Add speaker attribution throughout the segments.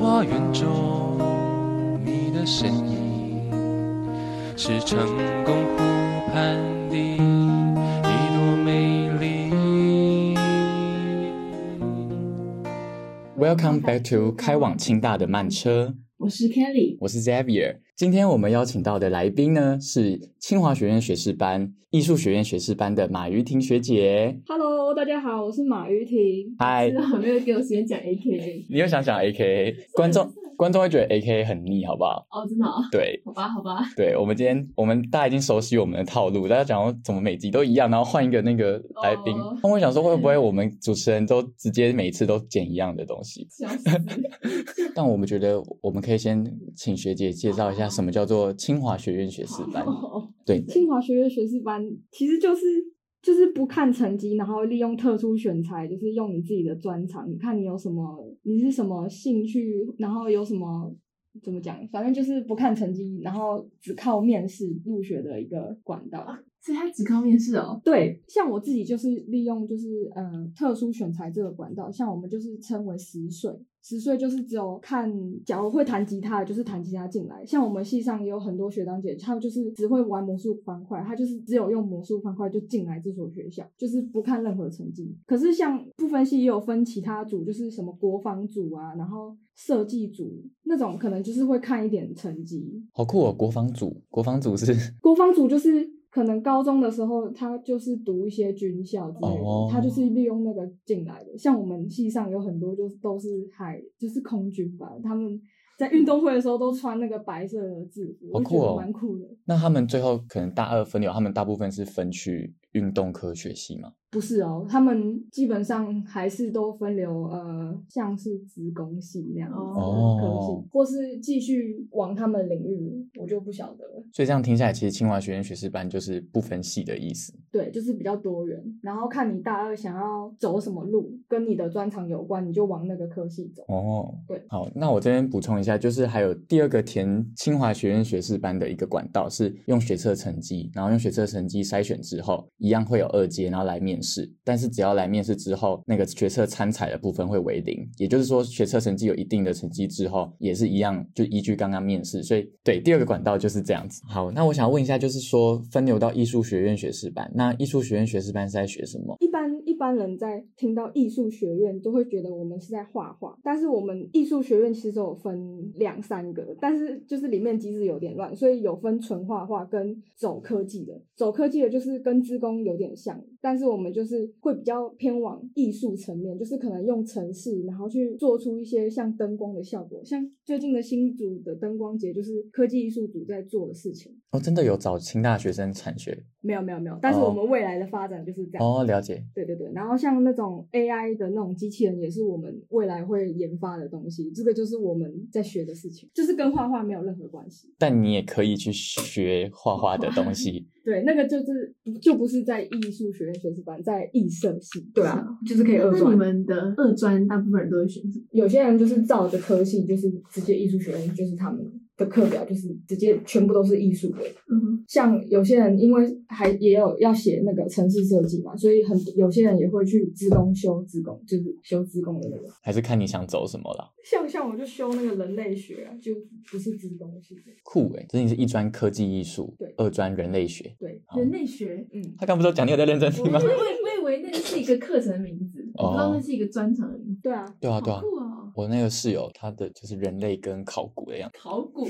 Speaker 1: 花园中，你的身影是成功湖畔的一朵美丽。
Speaker 2: Welcome back to 开往清大的慢车，
Speaker 3: 我是 Kelly，
Speaker 2: 我是 Xavier。今天我们邀请到的来宾呢是清华学院学士班、艺术学院学士班的马于婷学姐。
Speaker 3: Hello，大家好，我是马玉婷。
Speaker 2: 嗨
Speaker 3: 是啊，没有给我时间讲 AK。
Speaker 2: 你又想想 A K A，观众观众会觉得 A K A 很腻，好不好？
Speaker 3: 哦，真的、哦？
Speaker 2: 对
Speaker 3: 好吧，好吧。
Speaker 2: 对，我们今天我们大家已经熟悉我们的套路，大家讲说怎么每集都一样，然后换一个那个来宾。
Speaker 3: 哦
Speaker 2: 那、我想说，会不会我们主持人都直接每次都剪一样的东西？
Speaker 3: 笑 死！
Speaker 2: 但我们觉得我们可以先请学姐介绍一下什么叫做清华学院学士班。对，
Speaker 4: 清华学院学士班其实就是就是不看成绩，然后利用特殊选材，就是用你自己的专长，你看你有什么，你是什么兴趣，然后有什么怎么讲，反正就是不看成绩，然后只靠面试入学的一个管道。
Speaker 3: 所以他只靠面试哦。
Speaker 4: 对，像我自己就是利用就是呃特殊选材这个管道，像我们就是称为十岁，十岁就是只有看，假如会弹吉他的，就是弹吉他进来。像我们系上也有很多学长姐，她就是只会玩魔术方块，她就是只有用魔术方块就进来这所学校，就是不看任何成绩。可是像部分系也有分其他组，就是什么国防组啊，然后设计组那种，可能就是会看一点成绩，
Speaker 2: 好酷哦！国防组，国防组是
Speaker 4: 国防组就是可能高中的时候，他就是读一些军校之类的，
Speaker 2: 哦
Speaker 4: 他就是利用那个进来的。像我们系上有很多就是都是海，就是空军吧，他们在运动会的时候都穿那个白色的制服，
Speaker 2: 好
Speaker 4: 我就
Speaker 2: 酷
Speaker 4: 觉
Speaker 2: 哦
Speaker 4: 得蛮酷的。
Speaker 2: 那他们最后可能大二分流，他们大部分是分去运动科学系嘛？
Speaker 4: 不是哦，他们基本上还是都分流，呃，像是职工系那样子的
Speaker 2: 哦
Speaker 4: 科系，或是继续往他们领域，我就不晓得了。
Speaker 2: 所以这样听下来，其实清华学院学士班就是不分系的意思。
Speaker 4: 对，就是比较多元，然后看你大二想要走什么路，跟你的专长有关，你就往那个科系走。
Speaker 2: 哦，
Speaker 4: 对，
Speaker 2: 好，那我这边补充一下，就是还有第二个填清华学院学士班的一个管道是用学测成绩，然后用学测成绩筛选之后，一样会有二阶，然后来面试。但是只要来面试之后，那个学测参采的部分会为零，也就是说学测成绩有一定的成绩之后，也是一样就依据刚刚面试。所以对，第二个管道就是这样子。好，那我想问一下，就是说分流到艺术学院学士班，那艺术学院学士班是在学什么？
Speaker 4: 一般一般人在听到艺术学院，都会觉得我们是在画画，但是我们艺术学院其实有分两三个，但是就是里面机制有点乱，所以有分纯画画跟走科技的。走科技的就是跟职工有点像，但是我们就是会比较偏往艺术层面，就是可能用城市，然后去做出一些像灯光的效果，像最近的新竹的灯光节就是科技艺术组在做的事情。
Speaker 2: 哦，真的有找清大学生产学
Speaker 4: 没有没有没有，但是
Speaker 2: 哦
Speaker 4: 我们未来的发展就是这样。
Speaker 2: 哦，了解。
Speaker 4: 对对对，然后像那种 AI 的那种机器人，也是我们未来会研发的东西。这个就是我们在学的事情，就是跟画画没有任何关系。
Speaker 2: 但你也可以去学画画的东西。
Speaker 4: 对，那个就是就不是在艺术学院学士班，在艺设系。
Speaker 3: 对啊，
Speaker 4: 就是可以二
Speaker 3: 那你们的二专大部分人都会选什么？
Speaker 4: 有些人就是照着科系，就是直接艺术学院，就是他们的课表就是直接全部都是艺术的。
Speaker 3: 嗯，
Speaker 4: 像有些人因为还也有要写那个城市设计嘛，所以很有些人也会去职工修职工，就是修职工的那个。
Speaker 2: 还是看你想走什么啦。
Speaker 4: 像像我就修那个人类学、啊，就不是资东西。
Speaker 2: 酷诶、欸，这你是一专科技艺术
Speaker 4: 对，
Speaker 2: 二专人类学。
Speaker 4: 对，
Speaker 2: 好
Speaker 3: 人类 学。
Speaker 4: 嗯，
Speaker 2: 他刚不是有讲你有在认真
Speaker 3: 我
Speaker 2: 听
Speaker 3: 我
Speaker 2: 吗？
Speaker 3: 我以为那是一个课程的名字，我不知道
Speaker 2: 哦
Speaker 3: 那是一个专长的名字。
Speaker 4: 对啊，
Speaker 2: 对啊，对啊
Speaker 3: 好。酷哦，
Speaker 2: 我那个室友，他的就是人类跟考古的样子。
Speaker 3: 考古。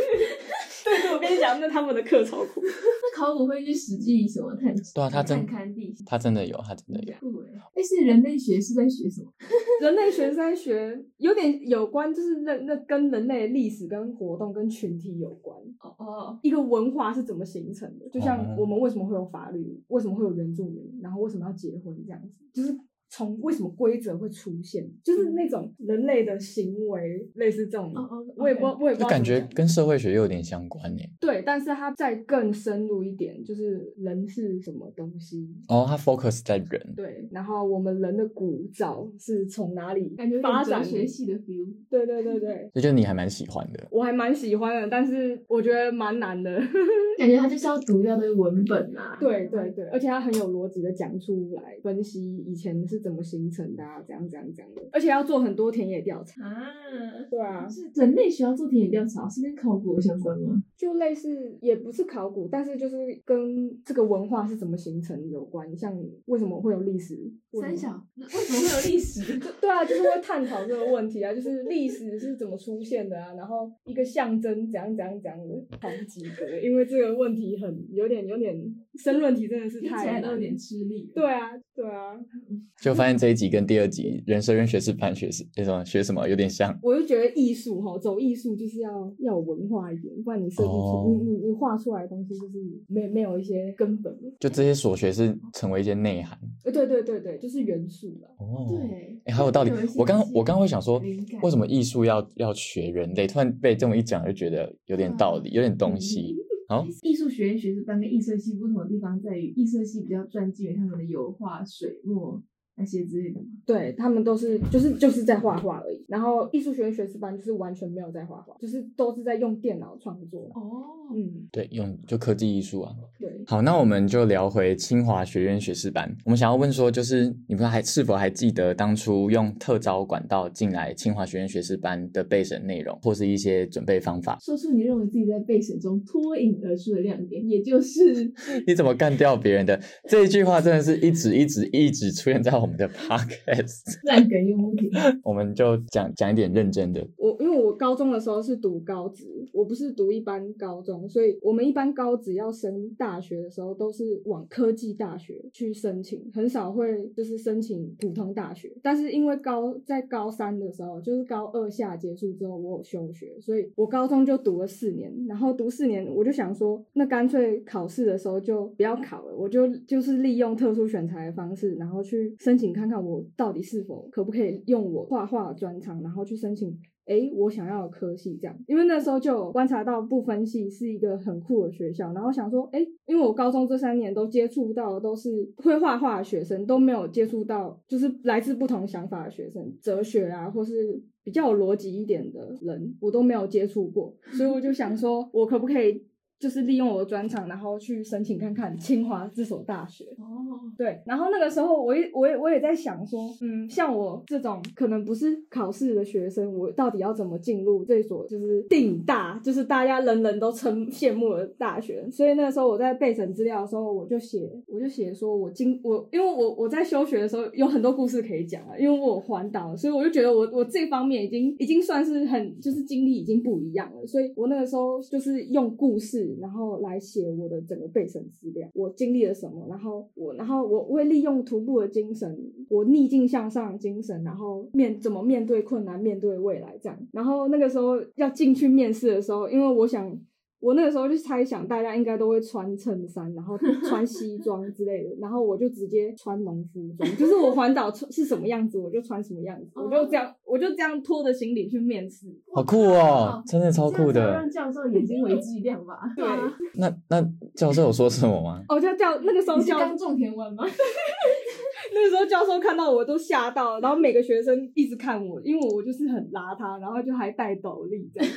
Speaker 4: 对对，我跟你讲，那他们的课超酷。
Speaker 3: 那考古会去实际什么探？
Speaker 2: 对啊他真
Speaker 3: 探勘地形。
Speaker 2: 他真的有，他真的有。
Speaker 3: 酷哎！但是人类学是在学什么？
Speaker 4: 人类学是在学有点有关，就是那那跟人类历史、跟活动、跟群体有关。
Speaker 3: 哦哦，
Speaker 4: 一个文化是怎么形成的？就像
Speaker 2: 哦
Speaker 4: 我们为什么会有法律，为什么会有原住民，然后为什么要结婚这样子，就是从为什么规则会出现，就是那种人类的行为，类似这种。
Speaker 3: 哦哦
Speaker 4: 我也不知道，我也不知
Speaker 2: 就
Speaker 4: 道
Speaker 2: 感
Speaker 4: 怎么
Speaker 2: 觉
Speaker 4: 讲
Speaker 2: 跟社会学又有点相关诶、
Speaker 4: 对，但是它再更深入一点，就是人是什么东西。
Speaker 2: 哦，他 focus 在人，
Speaker 4: 对，然后我们人的骨早是从哪里
Speaker 3: 感觉有
Speaker 4: 发
Speaker 3: 点
Speaker 4: 展
Speaker 3: 哲
Speaker 4: 的？
Speaker 3: 学系的 feel。
Speaker 4: 对对对 对，
Speaker 2: 这就是你还蛮喜欢的。
Speaker 4: 我还蛮喜欢的，但是我觉得蛮难的。
Speaker 3: 感觉他就是要读掉的文本啊。
Speaker 4: 对对对，而且它很有逻辑的讲出来，分析以前是是怎么形成的啊，怎样怎样怎样的，而且要做很多田野调查。
Speaker 3: 啊，
Speaker 4: 对啊，
Speaker 3: 是人类学要做田野调查，是跟考古有相关吗？
Speaker 4: 就类似也不是考古，但是就是跟这个文化是怎么形成有关，像为什么会有历史？
Speaker 3: 三小，那为什么会有历史？
Speaker 4: 就 对啊，就是会探讨这个问题啊，就是历史是怎么出现的啊，然后一个象征怎样怎样怎样的，好不及格，因为这个问题很有点有点申论题真的 是
Speaker 3: 听起
Speaker 4: 太
Speaker 3: 来都有
Speaker 4: 难。
Speaker 3: 点吃力。
Speaker 2: 哦
Speaker 4: 对，啊，对啊，
Speaker 2: 就发现这一集跟第二集人生跟学士班学士那种学什么有点像。
Speaker 4: 我就觉得艺术哈，走艺术就是要要有文化一点，不然你设计出、
Speaker 2: 哦
Speaker 4: 你你你画出来的东西就是没没有一些根本的。
Speaker 2: 就这些所学是成为一些内涵
Speaker 4: 呃，对对对对，就是元素了。
Speaker 2: 哦。
Speaker 3: 对，
Speaker 2: 诶，还有道理
Speaker 3: 有一。些
Speaker 2: 我刚
Speaker 3: 一些
Speaker 2: 我刚会想说
Speaker 3: 灵感，
Speaker 2: 为什么艺术要要学人类？突然被这么一讲，就觉得有点道理，有点东西。好，
Speaker 3: 艺术学院学士班跟艺术系不同的地方在于，艺术系比较专精于他们的油画、水墨那些之类的嘛。
Speaker 4: 对他们都是就是就是在画画而已，然后艺术学院学士班就是完全没有在画画，就是都是在用电脑创作。
Speaker 3: 哦
Speaker 4: 嗯，
Speaker 2: 对，用就科技艺术啊。
Speaker 4: 对，
Speaker 2: 好，那我们就聊回清华学院学士班。我们想要问说，就是你们还是否还记得当初用特招管道进来清华学院学士班的备审内容，或是一些准备方法？
Speaker 3: 说出你认为自己在备审中脱颖而出的亮点，也就是
Speaker 2: 你怎么干掉别人的？这一句话真的是一直一直一直出现在我们的 podcast。
Speaker 3: 烂梗用不停。
Speaker 2: 我们就讲讲一点认真的，
Speaker 4: 我因为我高中的时候是读高职，我不是读一般高中，所以我们一般高职要升大学的时候都是往科技大学去申请，很少会就是申请普通大学。但是因为高在高三的时候，就是高二下结束之后，我有休学，所以我高中就读了四年，然后读四年我就想说，那干脆考试的时候就不要考了，我就就是利用特殊选材的方式，然后去申请看看我到底是否可不可以用我画画的专长，然后去申请诶，我想要的科系这样，因为那时候就有观察到不分系是一个很酷的学校，然后想说，诶，因为我高中这三年都接触到的都是会画画的学生，都没有接触到就是来自不同想法的学生，哲学啊，或是比较有逻辑一点的人，我都没有接触过，所以我就想说，我可不可以就是利用我的专长，然后去申请看看清华这所大学。
Speaker 3: 哦，
Speaker 4: 对，然后那个时候我也我也我也在想说，嗯，像我这种可能不是考试的学生，我到底要怎么进入这所就是顶大，就是大家人人都称羡慕的大学？所以那时候我在备审资料的时候，我就写我就写说我经我因为我我在休学的时候有很多故事可以讲啊，因为我有环岛，所以我就觉得我我这方面已经已经算是很就是经历已经不一样了，所以我那个时候就是用故事然后来写我的整个备审资料，我经历了什么，然后我然后我会利用徒步的精神，我逆境向上的精神，然后面怎么面对困难，面对未来这样。然后那个时候要进去面试的时候，因为我想。我那个时候就猜想，大家应该都会穿衬衫，然后穿西装之类的，然后我就直接穿农夫装，就是我环岛穿是什么样子，我就穿什么样子，我就这
Speaker 3: 哦
Speaker 4: 样，我就这样拖着行李去面试。
Speaker 2: 好酷哦，真的超酷
Speaker 3: 这样才会
Speaker 2: 的
Speaker 3: 让。教授眼睛为之一亮吧？
Speaker 4: 对，
Speaker 2: 那那教授有说什么吗？
Speaker 4: 哦，就叫那个时候
Speaker 3: 你是
Speaker 4: 叫
Speaker 3: 刚种田完吗？
Speaker 4: 那个时候教授看到我都吓到了，然后每个学生一直看我，因为我就是很邋遢，然后就还戴斗笠这样。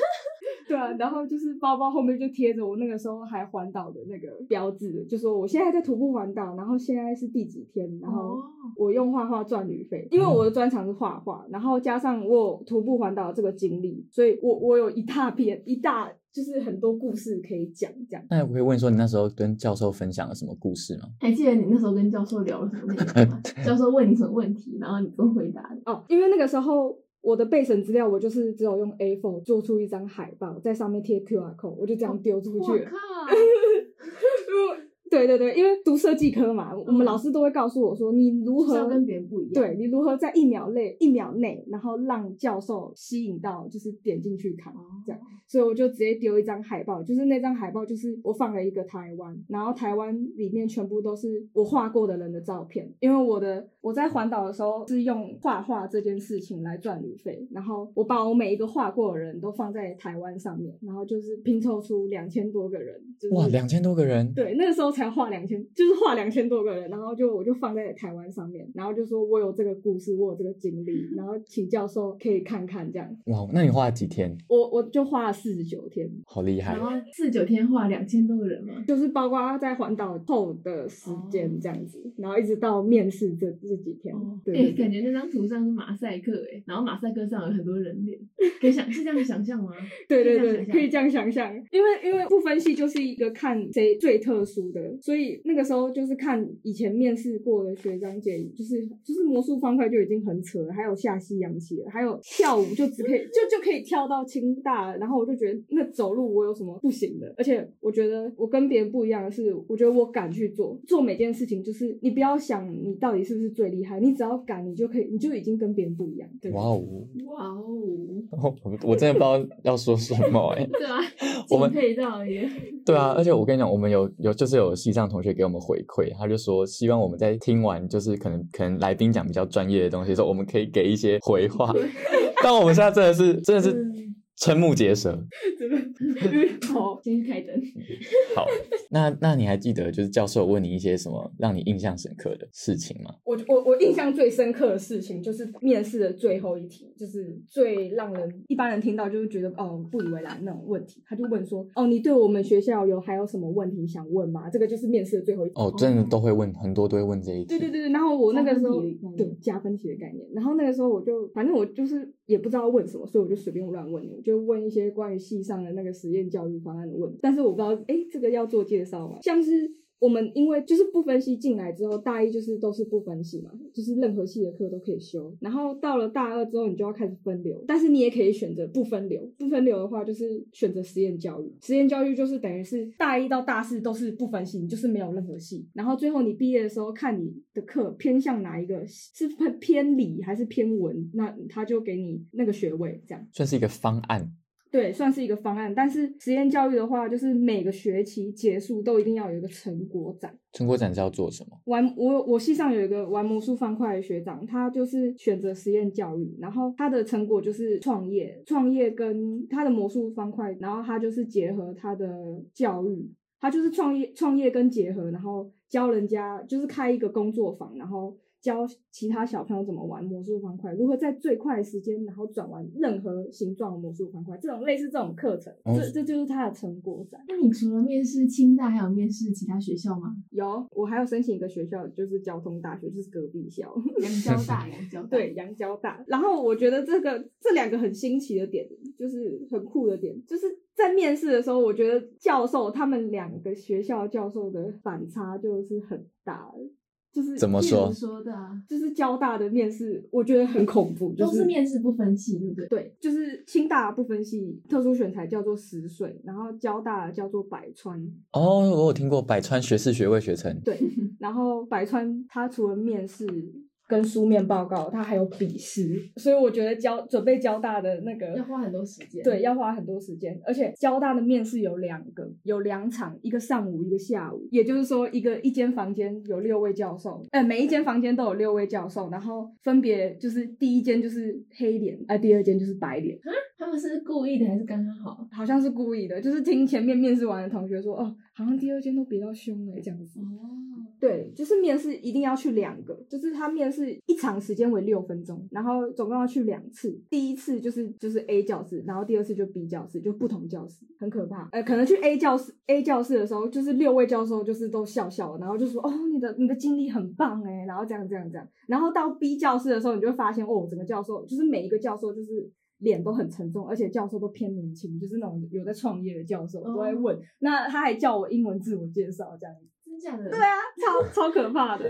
Speaker 4: 对啊，然后就是包包后面就贴着我那个时候还环岛的那个标志，就说我现在在徒步环岛，然后现在是第几天，然后
Speaker 3: 哦，
Speaker 4: 我用画画赚旅费，因为我的专长是画画，然后加上我有徒步环岛的这个经历，所以我我有一大片一大就是很多故事可以讲这样。
Speaker 2: 那我可以问说，你那时候跟教授分享了什么故事吗？
Speaker 3: 还记得你那时候跟教授聊了什么内容 吗？教授问你什么问题，然后你跟回答的。
Speaker 4: 哦，因为那个时候我的备审资料，我就是只有用 A4 做出一张海报，在上面贴 QR code，我就这样
Speaker 3: 哦
Speaker 4: 丢出去
Speaker 3: 我
Speaker 4: 了。
Speaker 3: 靠！
Speaker 4: 对对对，因为读设计科嘛，我们老师都会告诉我说，你如
Speaker 3: 嗯就是
Speaker 4: 何
Speaker 3: 要跟别人不一样。
Speaker 4: 对你如何在一秒内一秒内，然后让教授吸引到，就是点进去看。
Speaker 3: 哦，
Speaker 4: 这样所以我就直接丢一张海报，就是那张海报就是我放了一个台湾，然后台湾里面全部都是我画过的人的照片，因为我的我在环岛的时候是用画画这件事情来赚旅费，然后我把我每一个画过的人都放在台湾上面，然后就是拼凑出两千多个人，就是
Speaker 2: 哇，两千多个人，
Speaker 4: 对那个时候才画两千，就是画两千多个人，然后就我就放在台湾上面，然后就说我有这个故事，我有这个经历，然后请教授可以看看这样。
Speaker 2: 哇，那你画了几天？
Speaker 4: 我我就花了四十九天，
Speaker 2: 好厉害
Speaker 3: 然！后四十九天画两千多个人嘛，
Speaker 4: 就是包括在环岛后的时间这样子，然后一直到面试这这几天，
Speaker 3: 哦，
Speaker 4: 对
Speaker 3: 哎、
Speaker 4: 对对
Speaker 3: 感觉那张图上是马赛克哎、然后马赛克上有很多人脸，可以想是这样想象吗？
Speaker 4: 对对
Speaker 3: 可以这样想
Speaker 4: 对，
Speaker 3: 象
Speaker 4: 可以这样想象，因为因为不分析就是一个看谁最特殊的，所以那个时候就是看以前面试过的学长姐，就是就是魔术方块就已经很扯了，还有下西洋棋了，还有跳舞就只可 以就就可以跳到清大了，然后我就觉得那走路我有什么不行的？而且我觉得我跟别人不一样的是，我觉得我敢去做，做每件事情就是你不要想你到底是不是最厉害，你只要敢，你就可以，你就已经跟别人不一样。对，
Speaker 2: 哇哦，
Speaker 3: 哇哦，
Speaker 2: 我我真的不知道要说什么哎、
Speaker 3: 对啊，
Speaker 2: 我们
Speaker 3: 敬佩到 耶，
Speaker 2: 对
Speaker 4: 嗯
Speaker 2: 啊，而且我跟你讲，我们有有就是有西藏同学给我们回馈，他就说希望我们在听完就是可能可能来宾讲比较专业的东西的时候，我们可以给一些回话。 但我们现在真的是真的是
Speaker 3: 嗯
Speaker 2: 瞠目结舌。
Speaker 3: 真的好，先去开灯。
Speaker 2: 好，那那你还记得就是教授问你一些什么让你印象深刻的事情吗？
Speaker 4: 我我我印象最深刻的事情就是面试的最后一题，就是最让人一般人听到就是觉得哦不以为然那种问题。他就问说哦，你对我们学校有还有什么问题想问吗？这个就是面试的最后一题。
Speaker 2: 哦，真的都会问，很多都会问这一题。
Speaker 4: 对对对对，然后我那个时候
Speaker 3: 加分题的概念
Speaker 4: 对加分题的概念，然后那个时候我就反正我就是也不知道问什么，所以我就随便乱问，我就问一些关于系上的那个实验教育方案的问题，但是我不知道哎这个要做介绍吗？像是。我们因为就是不分析进来之后，大一就是都是不分析嘛，就是任何系的课都可以修。然后到了大二之后，你就要开始分流，但是你也可以选择不分流。不分流的话，就是选择实验教育。实验教育就是等于是大一到大四都是不分系，你就是没有任何系。然后最后你毕业的时候，看你的课偏向哪一个，是偏偏理还是偏文，那他就给你那个学位这样。
Speaker 2: 算是一个方案。
Speaker 4: 对，算是一个方案。但是实验教育的话，就是每个学期结束都一定要有一个成果展。
Speaker 2: 成果展是要做什么？
Speaker 4: 玩我我系上有一个玩魔术方块的学长，他就是选择实验教育，然后他的成果就是创业，创业跟他的魔术方块，然后他就是结合他的教育，他就是创业创业跟结合，然后教人家就是开一个工作坊，然后教其他小朋友怎么玩魔术方块，如何在最快的时间，然后转完任何形状的魔术方块，这种类似这种课程，
Speaker 2: 哦
Speaker 4: 这这就是他的成果展。
Speaker 3: 那你除了面试清大，还有面试其他学校 吗？
Speaker 4: 有，我还有申请一个学校，就是交通大学，就是隔壁校。
Speaker 3: 阳交大，阳交大，
Speaker 4: 对，洋交大。然后我觉得这个这两个很新奇的点，就是很酷的点，就是在面试的时候，我觉得教授他们两个学校教授的反差就是很大的，就是
Speaker 2: 怎么
Speaker 4: 譬如
Speaker 2: 说
Speaker 3: 我说的啊，
Speaker 4: 就是交大的面试，我觉得很恐怖，就
Speaker 3: 都是面试不分系，对不对？
Speaker 4: 对，就是清大不分系特殊选材叫做十岁，然后交大叫做百川，
Speaker 2: 哦，我有听过百川学士学位学程。
Speaker 4: 对，然后百川他除了面试跟书面报告，他还有笔试，所以我觉得交准备交大的那个
Speaker 3: 要花很多时间。
Speaker 4: 对，要花很多时间，而且交大的面试有两个，有两场，一个上午，一个下午。也就是说，一个一间房间有六位教授，呃，每一间房间都有六位教授，然后分别就是第一间就是黑脸，呃，第二间就是白脸，
Speaker 3: 他们是故意的还是刚刚好？
Speaker 4: 好像是故意的，就是听前面面试完的同学说，哦，好像第二间都比较凶哎、这样子。
Speaker 3: 哦，
Speaker 4: 对，就是面试一定要去两个，就是他面试一场时间为六分钟，然后总共要去两次。第一次就是就是 A 教室，然后第二次就 B 教室，就不同教室，很可怕。呃，可能去 A 教室 A 教室的时候，就是六位教授就是都笑笑，然后就说哦，你的你的经历很棒哎，然后这样这样这样。然后到 B 教室的时候，你就会发现哦，整个教授就是每一个教授就是。脸都很沉重，而且教授都偏年轻，就是那种有在创业的教授都会问。那他还叫我英文自我介绍这样子。
Speaker 3: 真假的？
Speaker 4: 对啊，超 超可怕的。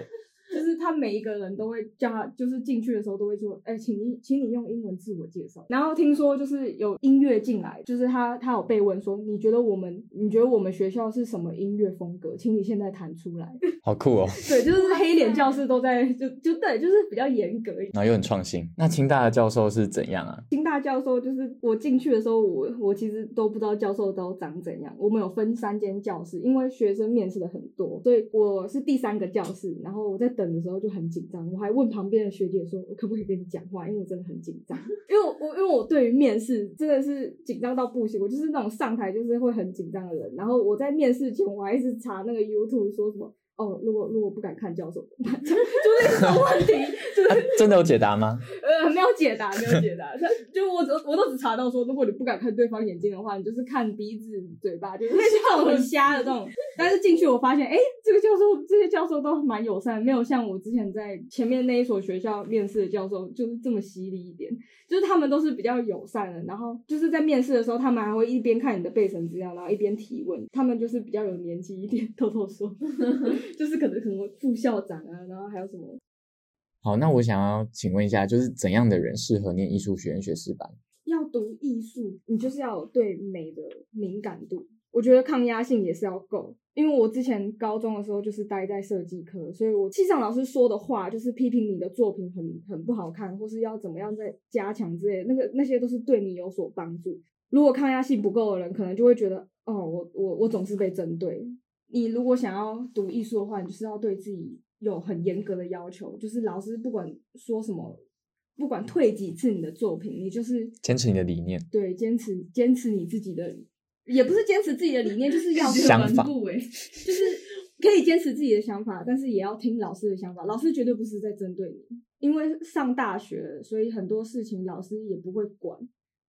Speaker 4: 就是他每一个人都会叫他，就是进去的时候都会说，哎、请你，请你用英文自我介绍。然后听说就是有音乐进来，就是他他有被问说，你觉得我们，你觉得我们学校是什么音乐风格？请你现在弹出来。
Speaker 2: 好酷哦，
Speaker 4: 对，就是黑脸教室都在，就就对，就是比较严格一点。
Speaker 2: 然后又很创新。那清大的教授是怎样啊？
Speaker 4: 清大教授就是我进去的时候，我我其实都不知道教授都长怎样。我们有分三间教室，因为学生面试的很多，所以我是第三个教室。然后我在等的时候就很紧张，我还问旁边的学姐说，我可不可以跟你讲话，因为我真的很紧张， 因为我我因为我对于面试真的是紧张到不行，我就是那种上台就是会很紧张的人。然后我在面试前我还一直查那个 YouTube 说什么。哦，如果如果不敢看教授怎么办？ 就就是这种问题，就是
Speaker 2: 啊真的有解答吗？
Speaker 4: 呃，没有解答，没有解答。他就我只我都只查到说，如果你不敢看对方眼睛的话，你就是看鼻子、嘴巴，就是类似这种很瞎的这种。但是进去我发现，哎，这个教授这些教授都蛮友善，没有像我之前在前面那一所学校面试的教授就是这么犀利一点。就是他们都是比较友善的，然后就是在面试的时候，他们还会一边看你的备审资料，然后一边提问。他们就是比较有年纪一点， 偷偷说，就是可能可能副校长啊，然后还有什么
Speaker 2: 好，那我想要请问一下，就是怎样的人适合念艺术学院学士班？
Speaker 4: 要读艺术，你就是要有对美的敏感度。我觉得抗压性也是要够，因为我之前高中的时候就是待在设计科，所以我系上老师说的话就是批评你的作品很很不好看，或是要怎么样再加强之类的，那个那些都是对你有所帮助。如果抗压性不够的人，可能就会觉得哦，我我我总是被针对。你如果想要读艺术的话，你就是要对自己有很严格的要求，就是老师不管说什么，不管退几次你的作品，你就是
Speaker 2: 坚持你的理念，
Speaker 4: 对，坚持坚持你自己的，也不是坚持自己的理念，就是要
Speaker 2: 想法
Speaker 4: 不 哎，就是可以坚持自己的想法，但是也要听老师的想法。老师绝对不是在针对你，因为上大学了，所以很多事情老师也不会管，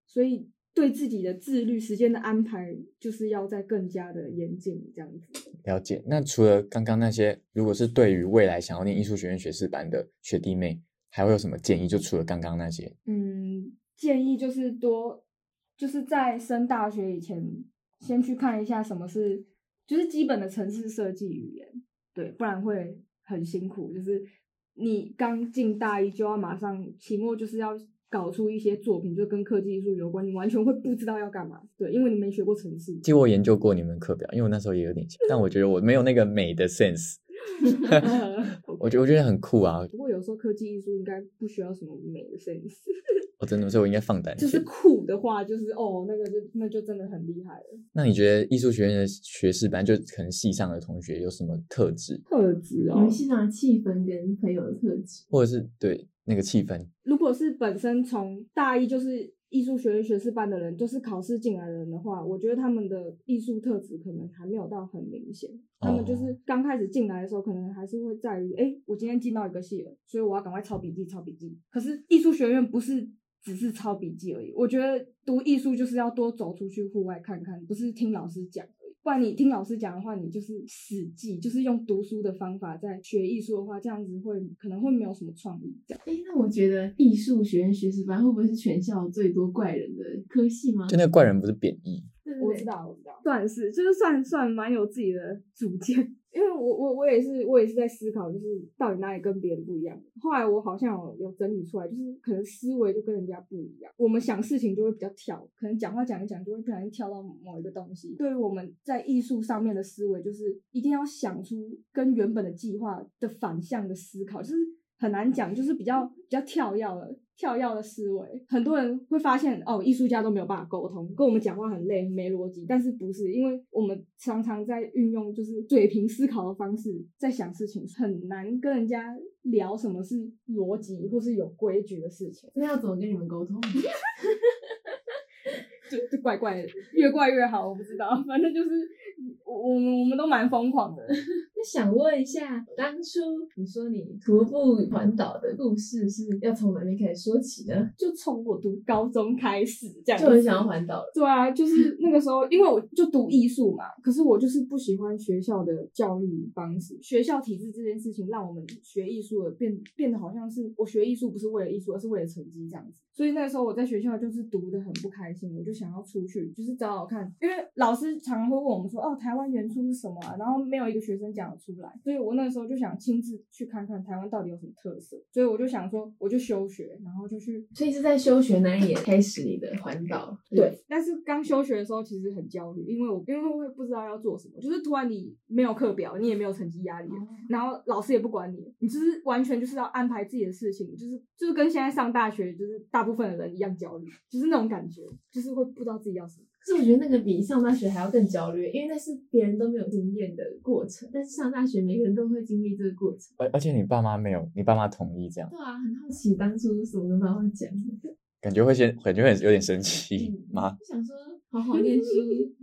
Speaker 4: 所以对自己的自律、时间的安排，就是要再更加的严谨，这样子。
Speaker 2: 了解。那除了刚刚那些，如果是对于未来想要念艺术学院学士班的学弟妹，还会有什么建议？就除了刚刚那些，
Speaker 4: 嗯，建议就是多，就是在升大学以前，先去看一下什么是，就是基本的城市设计语言，对，不然会很辛苦。就是你刚进大一就要马上期末就是要搞出一些作品，就跟科技艺术有关，你完全会不知道要干嘛，对，因为你没学过城市。
Speaker 2: 其实我研究过你们课表，因为我那时候也有 点像，但我觉得我没有那个美的 sense，我觉得我觉得很酷啊，
Speaker 4: 不过有时候科技艺术应该不需要什么美的 sense，
Speaker 2: 我真的，所以我应该放胆
Speaker 4: 就
Speaker 2: 去。
Speaker 4: 是酷的话，就是哦，那个就那就真的很厉害了。
Speaker 2: 那你觉得艺术学院的学士班，就可能系上的同学有什么特质，
Speaker 4: 特质哦
Speaker 3: 我们现场的气氛跟朋友的特质，
Speaker 2: 或者是对那个气氛？
Speaker 4: 如果是本身从大一就是艺术学院学士班的人，就是考试进来的人的话，我觉得他们的艺术特质可能还没有到很明显。他们就是刚开始进来的时候，可能还是会在于，哎、我今天进到一个系了，所以我要赶快抄笔记，抄笔记。可是艺术学院不是只是抄笔记而已，我觉得读艺术就是要多走出去户外看看，不是听老师讲。不然你听老师讲的话，你就是死记，就是用读书的方法在学艺术的话，这样子会可能会没有什么创意。这样
Speaker 3: 哎，那我觉得艺术学院学士班会不会是全校最多怪人的科系吗？
Speaker 2: 就那个怪人不是贬义，
Speaker 3: 对不
Speaker 4: 我
Speaker 3: 对
Speaker 4: 知？道，我知道，算是就是算算蛮有自己的主见。 因为我我我也是我也是在思考，就是到底哪里跟别人不一样。后来我好像有有整理出来，就是可能思维就跟人家不一样，我们想事情就会比较跳，可能讲话讲一讲就会不小心跳到某一个东西。对于我们在艺术上面的思维，就是一定要想出跟原本的计划的反向的思考，就是很难讲，就是比较比较跳跃的跳跃的思维。很多人会发现哦，艺术家都没有办法沟通，跟我们讲话很累，没逻辑。但是不是，因为我们常常在运用就是水平思考的方式在想事情，很难跟人家聊什么是逻辑或是有规矩的事情，
Speaker 3: 那要怎么跟你们沟通？
Speaker 4: 就就怪怪的，越怪越好。我不知道， 反正就是我我们我们都蛮疯狂的。
Speaker 3: 那想问一下，当初你说你徒步环岛的故事是要从哪里开始说起呢？
Speaker 4: 就从我读高中开始这样子，
Speaker 3: 就很想要环岛了，
Speaker 4: 对啊，就是那个时候，因为我就读艺术嘛，可是我就是不喜欢学校的教育方式，学校体制这件事情让我们学艺术的变变得好像是我学艺术不是为了艺术，而是为了成绩这样子。所以那个时候我在学校就是读的很不开心，我就想要出去，就是找找看，因为老师常常会问我们说，哦，台湾原初是什么啊？然后没有一个学生讲得出来，所以我那个时候就想亲自去看看台湾到底有什么特色，所以我就想说，我就休学，然后就去
Speaker 3: 所以是在休学那一年开始你的环岛。
Speaker 4: 对，，但是刚休学的时候其实很焦虑，因为我因为会不知道要做什么，就是突然你没有课表，你也没有成绩压力
Speaker 3: 嗯
Speaker 4: 了，然后老师也不管你，你就是完全就是要安排自己的事情，就是就是跟现在上大学就是大部分的人一样焦虑，就是那种感觉，就是会不知道自己要什么。
Speaker 3: 可是我觉得那个比上大学还要更焦虑，因为那是别人都没有经验的过程，但是上大学每个人都会经历这个过程。
Speaker 2: 而而且你爸妈没有，你爸妈同意这样，
Speaker 3: 对啊，很好奇当初什么跟妈妈讲的。
Speaker 2: 感觉会先感觉会有点生气
Speaker 3: 嗯
Speaker 2: 吗？
Speaker 3: 就想说好好念书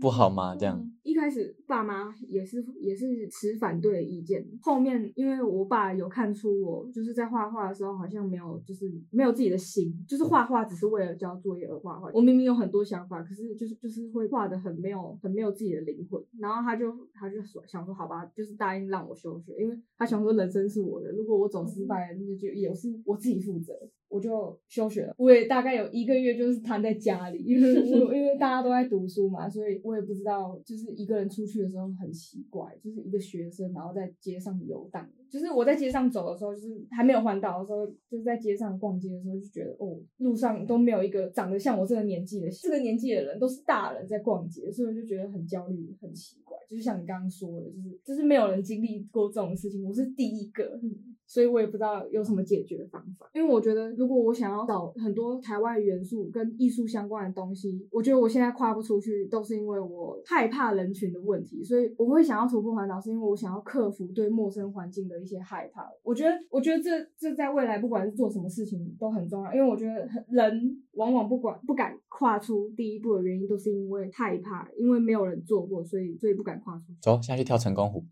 Speaker 2: 不好吗？这样，
Speaker 4: 一开始爸妈也是也是持反对的意见，后面因为我爸有看出我就是在画画的时候好像没有就是没有自己的心，就是画画只是为了交作业而画画。我明明有很多想法，可是就是就是会画的很没有很没有自己的灵魂。然后他就他就说想说好吧，就是答应让我休学，因为他想说人生是我的，如果我走失败了，那就也是我自己负责。我就休学了，我也大概有一个月就是瘫在家里，因为我因为大家都在读书嘛，所以我也不知道，就是一个人出去的时候很奇怪，就是一个学生然后在街上游荡，就是我在街上走的时候，就是还没有环岛的时候，就是在街上逛街的时候就觉得哦，路上都没有一个长得像我这个年纪的这个年纪的人，都是大人在逛街，所以我就觉得很焦虑，很奇怪，就是像你刚刚说的，就是就是没有人经历过这种事情，我是第一个，所以我也不知道有什么解决方法。嗯因为我觉得，如果我想要找很多台湾元素跟艺术相关的东西，我觉得我现在跨不出去，都是因为我害怕人群的问题，所以我会想要徒步环岛，是因为我想要克服对陌生环境的一些害怕。我觉得，我觉得这这在未来不管是做什么事情都很重要，因为我觉得很人往往不管不敢跨出第一步的原因，都是因为害怕，因为没有人做过，所以所以不敢跨出去。
Speaker 2: 走下去跳成功湖，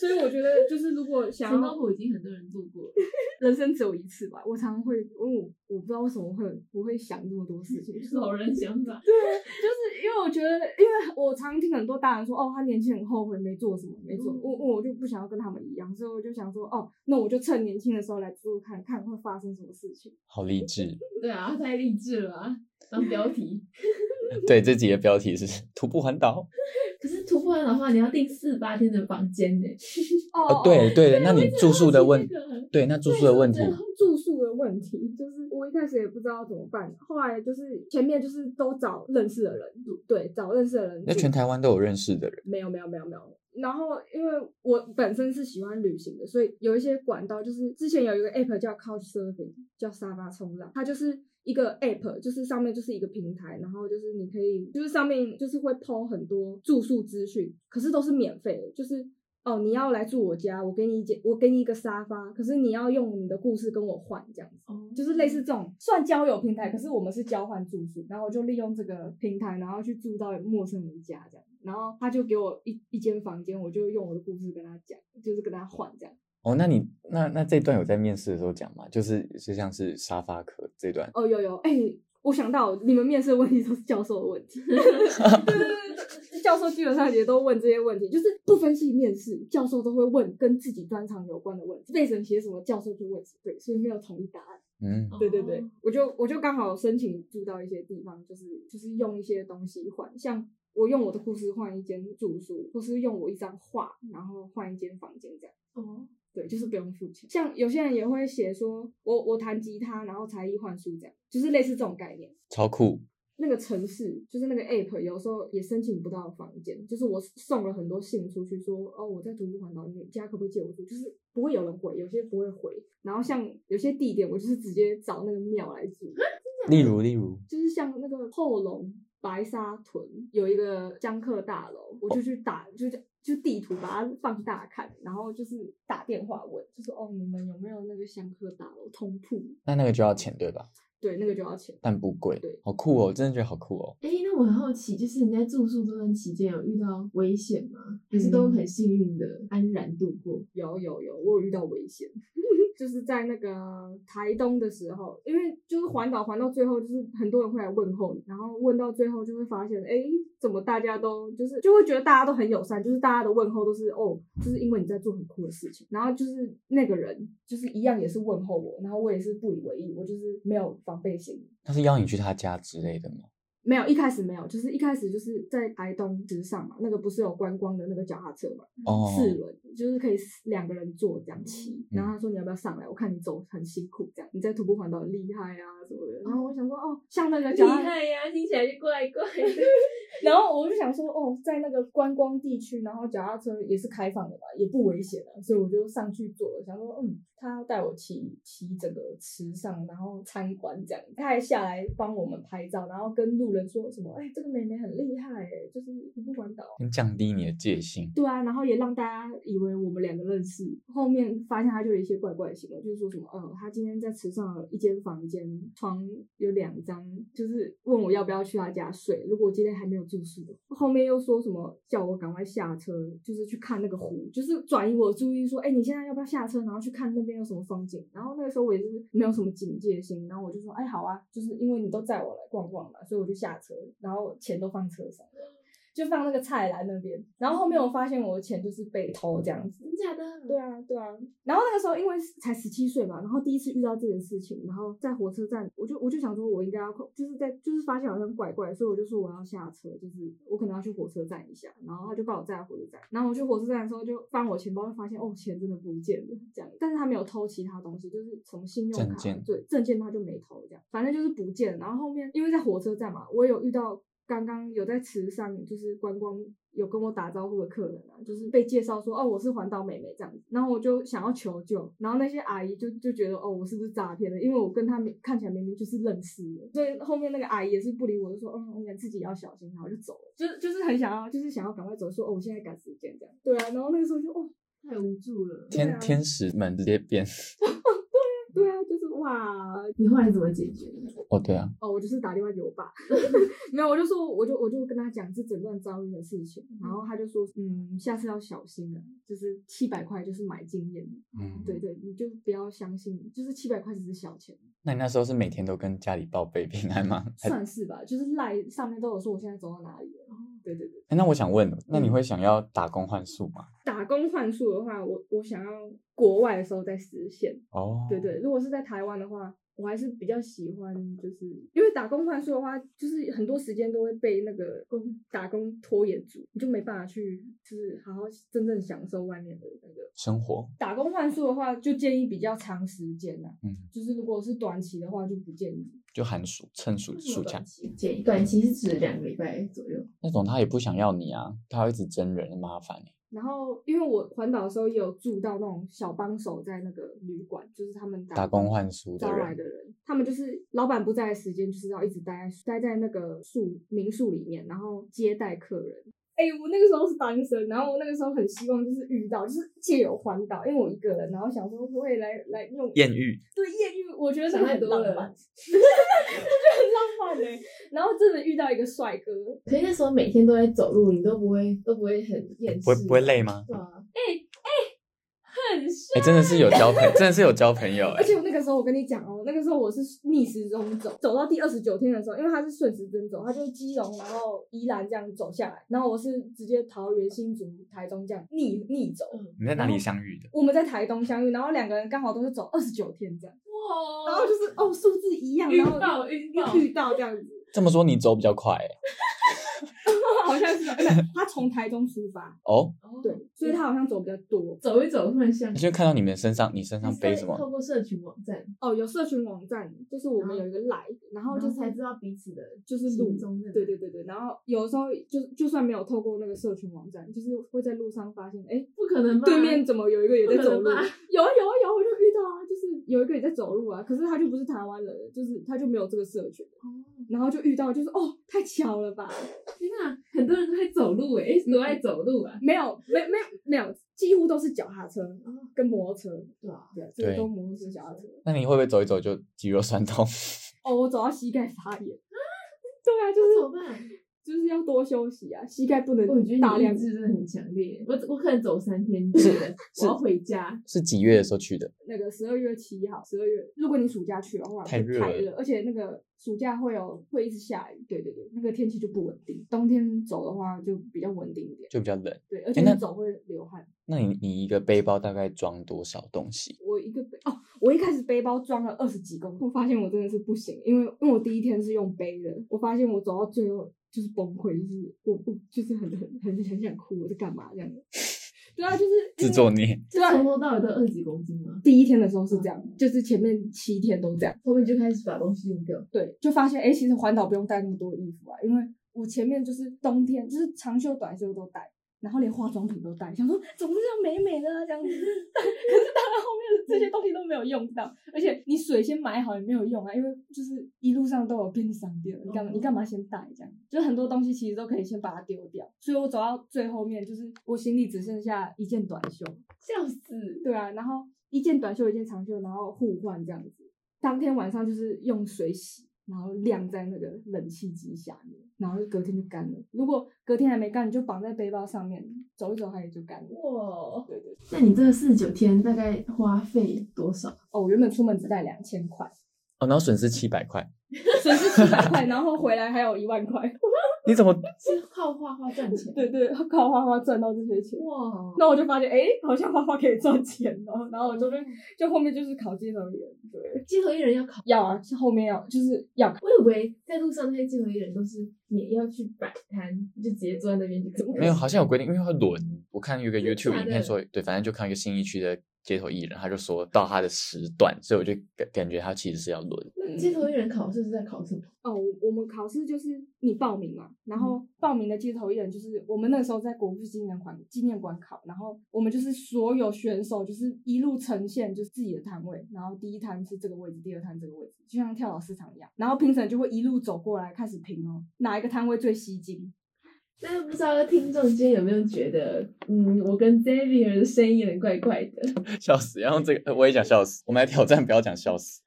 Speaker 4: 所以我觉得，就是如果 想
Speaker 3: 成
Speaker 4: 要
Speaker 3: 功我已经很多人做过了，
Speaker 4: 人生只有一次吧，我常会，因为我我不知道为什么会我会想这么多事情，就是
Speaker 3: 老人想法。
Speaker 4: 就是因为我觉得，因为我常听很多大人说，哦，他年轻很后悔没做什么，没做，
Speaker 3: 嗯
Speaker 4: 我我我就不想要跟他们一样，所以我就想说，哦，那我就趁年轻的时候来做做看看会发生什么事情。
Speaker 2: 好励志。
Speaker 3: 对啊，太励志了啊！当标题。
Speaker 2: 对，这集的标题是“徒步环岛
Speaker 3: 可是徒步完的话，你要订四八天的房间呢。”。
Speaker 4: 哦
Speaker 2: 哦，，对对的，那
Speaker 3: 我
Speaker 2: 你
Speaker 3: 一直
Speaker 2: 住宿的
Speaker 3: 好奇
Speaker 2: 问
Speaker 3: 这，个
Speaker 2: 对，那住宿的问题
Speaker 4: 然后住宿的问题，就是我一开始也不知道怎么办，后来就是前面就是都找认识的人住，对，找认识的人住。
Speaker 2: 那全台湾都有认识的人，
Speaker 4: 没有没有没有没有。然后因为我本身是喜欢旅行的，所以有一些管道，就是之前有一个 app 叫 Couchsurfing，叫沙发冲浪，它就是一个 app，就是上面就是一个平台，然后就是你可以，就是上面就是会 po 很多住宿资讯，可是都是免费的，就是。哦，你要来住我家，我给你一间，我给你一个沙发，可是你要用你的故事跟我换这样子。
Speaker 3: 哦
Speaker 4: 就是类似这种算交友平台，可是我们是交换住宿，然后我就利用这个平台，然后去住到陌生人家这样，然后他就给我一一间房间，我就用我的故事跟他讲，就是跟他换这样。
Speaker 2: 哦，那你那那这段有在面试的时候讲吗？就是就像是沙发壳这段，
Speaker 4: 哦，有有，哎、我想到你们面试的问题都是教授的问题，对对对，教授基本上也都问这些问题，就是不分析面试，教授都会问跟自己专长有关的问题，背审写什么，教授就问什么，对，所以没有统一答案。
Speaker 2: 嗯，
Speaker 3: 哦
Speaker 4: 对对对，我就我就刚好申请住到一些地方，就是就是用一些东西换，像我用我的故事换一间住宿，或是用我一张画，然后换一间房间这样。
Speaker 3: 哦，
Speaker 4: 对，就是不用付钱。像有些人也会写说，我我弹吉他，然后才艺换书这样，就是类似这种概念。
Speaker 2: 超酷，
Speaker 4: 那个城市，就是那个 app，有时候也申请不到房间，就是我送了很多信出去说，哦，我在徒步环岛，你家可不可以借我住？就是不会有人回，有些不会回。然后像有些地点，我就是直接找那个庙来住，
Speaker 2: 例如例如，
Speaker 4: 就是像那个后龙白沙屯有一个江客大楼，我就去打，就是就地图把它放大看，然后就是打电话问，就是哦，你们有没有那个香客大楼通铺？
Speaker 2: 那那个就要钱对吧？
Speaker 4: 对，那个就要钱。
Speaker 2: 但不贵
Speaker 4: 对，
Speaker 2: 好酷哦，真的觉得好酷哦。
Speaker 3: 哎，那我很好奇，就是你在住宿这段期间有遇到危险吗？还是都很幸运的安然度过？
Speaker 4: 有有有，我有遇到危险， 就是在那个台东的时候，因为就是环岛环到最后，就是很多人会来问候你，然后问到最后就会发现，哎、怎么大家都就是就会觉得大家都很友善，就是大家的问候都是哦，就是因为你在做很酷的事情，然后就是那个人就是一样也是问候我，然后我也是不以为意，我就是没有防备心，
Speaker 2: 他是邀你去他家之类的吗？
Speaker 4: 没有，一开始没有，就是一开始就是在台东直上嘛，那个不是有观光的那个脚踏车嘛，
Speaker 2: 哦，
Speaker 4: 四轮，就是可以四两个人坐这样骑。
Speaker 2: 嗯
Speaker 4: 然后他说你要不要上来？我看你走很辛苦，这样你在徒步环岛很厉害啊什么的。然后我想说哦，像那个脚踏
Speaker 3: 呀，听起来就怪怪的。
Speaker 4: 然后我就想说，哦，在那个观光地区，然后脚踏车也是开放的嘛，也不危险啊的，所以我就上去坐了，想说，嗯，他带我骑骑整个池上，然后参观这样，他还下来帮我们拍照，然后跟路人说什么，哎，这个妹妹很厉害，哎，就是徒步环岛。
Speaker 2: 先降低你的戒心。
Speaker 4: 对啊，然后也让大家以为我们两个认识。后面发现他就有一些怪怪的行为，就是说什么，呃，他今天在池上有一间房间，床有两张，就是问我要不要去他家睡。如果我今天还没有住宿的话，后面又说什么叫我赶快下车，就是去看那个湖，就是转移我的注意，说，哎、你现在要不要下车，然后去看那边有什么风景。然后那个时候我也是没有什么警戒心，然后我就说，哎、好啊，就是因为你都载我来逛逛嘛，所以我就下车，然后钱都放车上。就放那个菜篮那边，然后后面我发现我的钱就是被偷这样子，
Speaker 3: 真假的？
Speaker 4: 嗯对啊，对啊。然后那个时候因为才十七岁嘛，然后第一次遇到这件事情，然后在火车站，我就我就想说，我应该要就是在就是发现好像怪怪，所以我就说我要下车，就是我可能要去火车站一下。然后他就把我载到火车站，然后我去火车站的时候就翻我钱包，就发现哦钱真的不见了这样。但是他没有偷其他东西，就是从信用卡
Speaker 2: 证件
Speaker 4: 对证件他就没偷这样，反正就是不见了。然后后面因为在火车站嘛，我有遇到刚刚有在池上就是观光有跟我打招呼的客人啊，就是被介绍说哦我是环岛妹妹这样子，然后我就想要求救，然后那些阿姨就就觉得哦我是不是诈骗的，因为我跟他们看起来明明就是认识的，所以后面那个阿姨也是不理我，就说嗯我们自己要小心，然后就走了，就是就是很想要就是想要赶快走，说哦我现在赶时间这样，对啊，然后那个时候就哦
Speaker 3: 太无助了。
Speaker 4: 对
Speaker 2: 天、
Speaker 4: 啊
Speaker 2: 天使们直接变
Speaker 4: 对啊就是哇
Speaker 3: 你后来怎么解决的？
Speaker 2: 哦，对啊，
Speaker 4: 哦，我就是打电话给我爸，没有，我就说，我就我就跟他讲这整段遭遇的事情，然后他就说，嗯，下次要小心了，就是七百块就是买经验，
Speaker 2: 嗯，
Speaker 4: 对对，你就不要相信，就是七百块只是小钱，
Speaker 2: 那你那时候是每天都跟家里报备平安吗？ 还
Speaker 4: 算是吧，就是赖上面都有说我现在走到哪里了，对对对，
Speaker 2: 哎那我想问，那你
Speaker 4: 嗯
Speaker 2: 会想要打工换宿吗？
Speaker 4: 打工换宿的话，我我想要国外的时候再实现，
Speaker 2: 哦，
Speaker 4: 对，对，如果是在台湾的话，我还是比较喜欢，就是因为打工换宿的话，就是很多时间都会被那个工打工拖延住，你就没办法去，就是好好真正享受外面的那个。
Speaker 2: 生活，
Speaker 4: 打工换宿的话，就建议比较长时间呐、
Speaker 2: 嗯，
Speaker 4: 就是如果是短期的话，就不建议。
Speaker 2: 就寒暑趁暑
Speaker 3: 为什么
Speaker 2: 暑假
Speaker 3: 短期建议短期是指两个礼拜左右。
Speaker 2: 那种，他也不想要你啊，他会一直真人，很麻烦欸
Speaker 4: 然后，因为我环岛的时候也有住到那种小帮手在那个旅馆，就是他们
Speaker 2: 打工换宿的
Speaker 4: 招来
Speaker 2: 人，
Speaker 4: 的人，他们就是老板不在的时间，就是要一直待在待在那个宿民宿里面，然后接待客人。哎、我那个时候是单身，然后我那个时候很希望就是遇到，就是借由环岛，因为我一个人，然后想说我也来来用
Speaker 2: 艳遇，
Speaker 4: 对艳遇，我觉得这
Speaker 3: 想
Speaker 4: 个
Speaker 3: 太
Speaker 4: 很
Speaker 3: 多
Speaker 4: 浪
Speaker 3: 了
Speaker 4: 漫， 这就很浪漫嘞、然后真的遇到一个帅哥，
Speaker 3: 可是那时候每天都在走路，你都不会都不会很厌世，
Speaker 2: 不会不会累吗
Speaker 3: 对啊，
Speaker 4: 很
Speaker 2: 哎、
Speaker 4: 帅。
Speaker 2: 真的是有交朋，真的是有交朋友哎、
Speaker 4: 而且我那个时候，我跟你讲哦，那个时候我是逆时钟走，走到第二十九天的时候，因为他是顺时针走，他就是基隆，然后宜兰这样走下来，然后我是直接桃园、新竹、台中这样逆逆走。
Speaker 3: 嗯，
Speaker 2: 你在哪里相遇的？
Speaker 4: 我们在台东相遇，然后两个人刚好都是走二十九天这样，
Speaker 3: 哇
Speaker 4: 然后就是哦数字一样，
Speaker 3: 晕
Speaker 4: 然后
Speaker 3: 到晕到
Speaker 4: 遇到这样子，
Speaker 2: 这么说你走比较快哎、
Speaker 4: 好像是不是他从台中出发，
Speaker 2: 哦，
Speaker 4: 对，所以他好像走比较多。
Speaker 3: 走一走，突然想
Speaker 2: 你就看到你们身上，你身上背什
Speaker 3: 还是透
Speaker 2: 么？
Speaker 3: 过社群网站，
Speaker 4: 哦，有社群网站，就是我们有一个 Live，然
Speaker 3: 然
Speaker 4: 后
Speaker 3: 后
Speaker 4: 就
Speaker 3: 就是才知道彼此的
Speaker 4: 就是路
Speaker 3: 行踪在哪
Speaker 4: 对对对对，然后有时候就就算没有透过那个社群网站，就是会在路上发现，哎、
Speaker 3: 不可能吧？
Speaker 4: 对面怎么有一个也在走
Speaker 3: 不
Speaker 4: 路？
Speaker 3: 可
Speaker 4: 有
Speaker 3: 能
Speaker 4: 啊
Speaker 3: 吧
Speaker 4: 有啊有啊，我就遇到啊，就是有一个也在走路啊，可是他就不是台湾人，就是他就没有这个社群，
Speaker 3: 哦，
Speaker 4: 然后就遇到，就是哦，太巧了吧？
Speaker 3: 天哪，很多人都在走路诶，诶都在走路啊，
Speaker 4: 没有没没没有，几乎都是脚踏车
Speaker 3: 哦
Speaker 4: 跟摩托车，
Speaker 3: 对啊，
Speaker 4: 对啊，这个
Speaker 2: 对
Speaker 4: 都摩托车脚踏车。
Speaker 2: 那你会不会走一走就肌肉酸痛？
Speaker 4: 哦，我走到膝盖发炎，对啊，就
Speaker 3: 那怎么
Speaker 4: 是
Speaker 3: 办？
Speaker 4: 就是要多休息啊，膝盖不
Speaker 3: 哦我
Speaker 4: 能
Speaker 3: 觉
Speaker 4: 大
Speaker 3: 得你
Speaker 4: 量
Speaker 3: 意志真的很强烈，我我可能走三天，就觉得我要回家，
Speaker 2: 是几月的时候去的？
Speaker 4: 那个十二月七号，十二月，如果你暑假去的话，
Speaker 2: 太
Speaker 4: 会
Speaker 2: 热
Speaker 4: 太
Speaker 2: 了
Speaker 4: 热，而且那个暑假会有会一直下雨，对对对，那个天气就不稳定。冬天走的话就比较稳定一点，
Speaker 2: 就比较冷。
Speaker 4: 对，而且
Speaker 2: 哎那
Speaker 4: 你走会流汗。
Speaker 2: 那你你一个背包大概装多少东西？
Speaker 4: 我一个背哦，我一开始背包装了二十几公斤，我发现我真的是不行，因为因为我第一天是用背的，我发现我走到最后就是崩溃，就是我我就是很很很很想哭，我在干嘛这样子？ 对啊，就是
Speaker 2: 自作，孽，
Speaker 4: 对啊
Speaker 3: 从，头到尾都二十几公斤吗？
Speaker 4: 第一天的时候是这样，就是前面七天都这样。
Speaker 3: 后面就开始把东西用掉，
Speaker 4: 对，就发现哎、诶其实环岛不用带那么多衣服啊，因为我前面就是冬天，就是长袖短袖都带，然后连化妆品都带，想说总是要美美的啊这样子。 但可是当然后面这些东西都没有用到，而且你水先买好也没有用啊，因为就是一路上都有便利商店，你干嘛你干嘛先带这样？就很多东西其实都可以先把它丢掉。所以我走到最后面，就是我行李只剩下一件短袖，
Speaker 3: 笑死！
Speaker 4: 对啊，然后一件短袖一件长袖，然后互换这样子。当天晚上就是用水洗，然后晾在那个冷气机下面，然后隔天就干了。如果隔天还没干，你就绑在背包上面走一走，它也就干了。
Speaker 3: 哇，
Speaker 4: 对对对，
Speaker 3: 那你这四十九天大概花费多少？
Speaker 4: 哦，我原本出门只带两千块，
Speaker 2: 哦，然后损失七百块，
Speaker 4: 损失七百块，然后回来还有一万块。
Speaker 2: 你怎么
Speaker 3: 是靠画画赚钱？
Speaker 4: 对对，靠花花赚到这些钱。
Speaker 3: 哇，
Speaker 4: 那我就发现，哎，好像花花可以赚钱哦。然后我就
Speaker 2: 嗯
Speaker 4: 就后面就是考街头艺人，对，
Speaker 3: 街头艺人要考，
Speaker 4: 要啊，是后面要就是要
Speaker 3: 我以为在路上那些街头艺人都是你要去摆摊，你就直接坐在那边就可以
Speaker 2: 没有？好像有规定，因为会轮。我看有个
Speaker 3: 真的假
Speaker 2: YouTube
Speaker 3: 的
Speaker 2: 影片说，对，反正就看一个新一区的街头艺人，他就说到他的时段，所以我就感感觉他嗯其实是要轮。
Speaker 3: 那街头艺人考试是在考什么？
Speaker 4: 哦，我我们考试就是你报名嘛，然后报名的街头艺人就是我们那时候在国父纪念馆纪念馆考，然后我们就是所有选手就是一路呈现就是自己的摊位，然后第一摊是这个位置，第二摊这个位置，就像跳蚤市场一样，然后评审就会一路走过来开始评哦，哪一个摊位最吸睛，
Speaker 3: 但是不知道听众间有没有觉得，嗯，我跟 Xavier 的声音有点怪怪的，
Speaker 2: 笑死，然后这个呃我也讲笑死，我们来挑战不要讲笑死。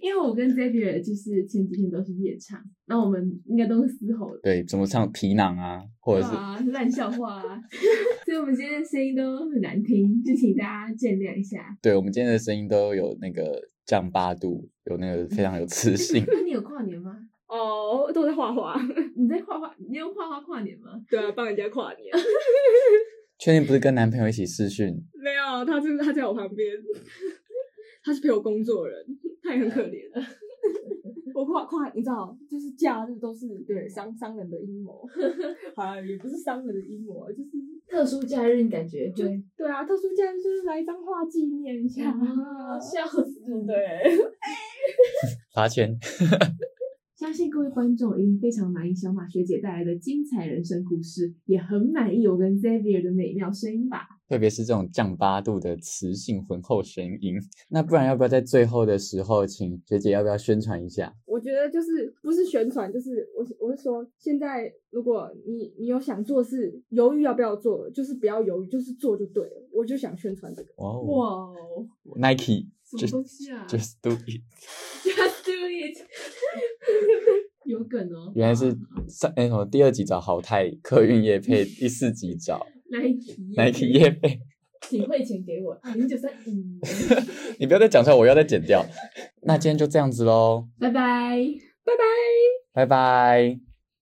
Speaker 3: 因为我跟 Xavier 就是前几天都是夜唱，那我们应该都是嘶吼的，
Speaker 2: 对，怎么唱皮囊啊，或者是
Speaker 3: 啊，烂笑话啊， 所以我们今天的声音都很难听，就请大家见谅一下。
Speaker 2: 对我们今天的声音都有那个降八度，有那个非常有磁性。
Speaker 3: 那你有跨年吗？
Speaker 4: 哦，都在画画，
Speaker 3: 你在画画，你用画画跨年吗？
Speaker 4: 对啊，帮人家跨年，
Speaker 2: 确定不是跟男朋友一起试训？
Speaker 4: 没有，他就是他在我旁边， 他是陪我工作的人，他也很可怜。 我跨跨，你知道，就是假日都是对商商人的阴谋， 好啊，也不是商人的阴谋啊，就是
Speaker 3: 特殊假日你感觉
Speaker 4: 就
Speaker 3: 会
Speaker 4: 对啊，特殊假日就是来一张画纪念一下。
Speaker 3: 啊， 笑死！
Speaker 4: 对，
Speaker 2: 罚钱？
Speaker 3: 相信各位观众一定非常满意小马学姐带来的精彩人生故事，也很满意我跟 Xavier 的美妙声音吧。
Speaker 2: 特别是这种降八度的磁性浑厚声音，那不然要不要在最后的时候，请学姐要不要宣传一下？
Speaker 4: 我觉得就是不是宣传，就是我是我是说，现在如果你你有想做事，犹豫要不要做，就是不要犹豫，就是做就对了。我就想宣传这个。
Speaker 2: 哇哦
Speaker 3: 哇哦，
Speaker 2: ，Nike
Speaker 3: 什么东西啊
Speaker 2: just do it，
Speaker 3: Just do it，有梗哦。
Speaker 2: 原来是上哎什么第二集找好泰客运业配，第四集找
Speaker 3: Nike
Speaker 2: Nike 业配，
Speaker 3: 请汇钱给我零九三五，
Speaker 2: 你不要再讲出来，我要再 剪掉。那今天就这样子喽，
Speaker 3: 拜拜。
Speaker 2: 拜拜。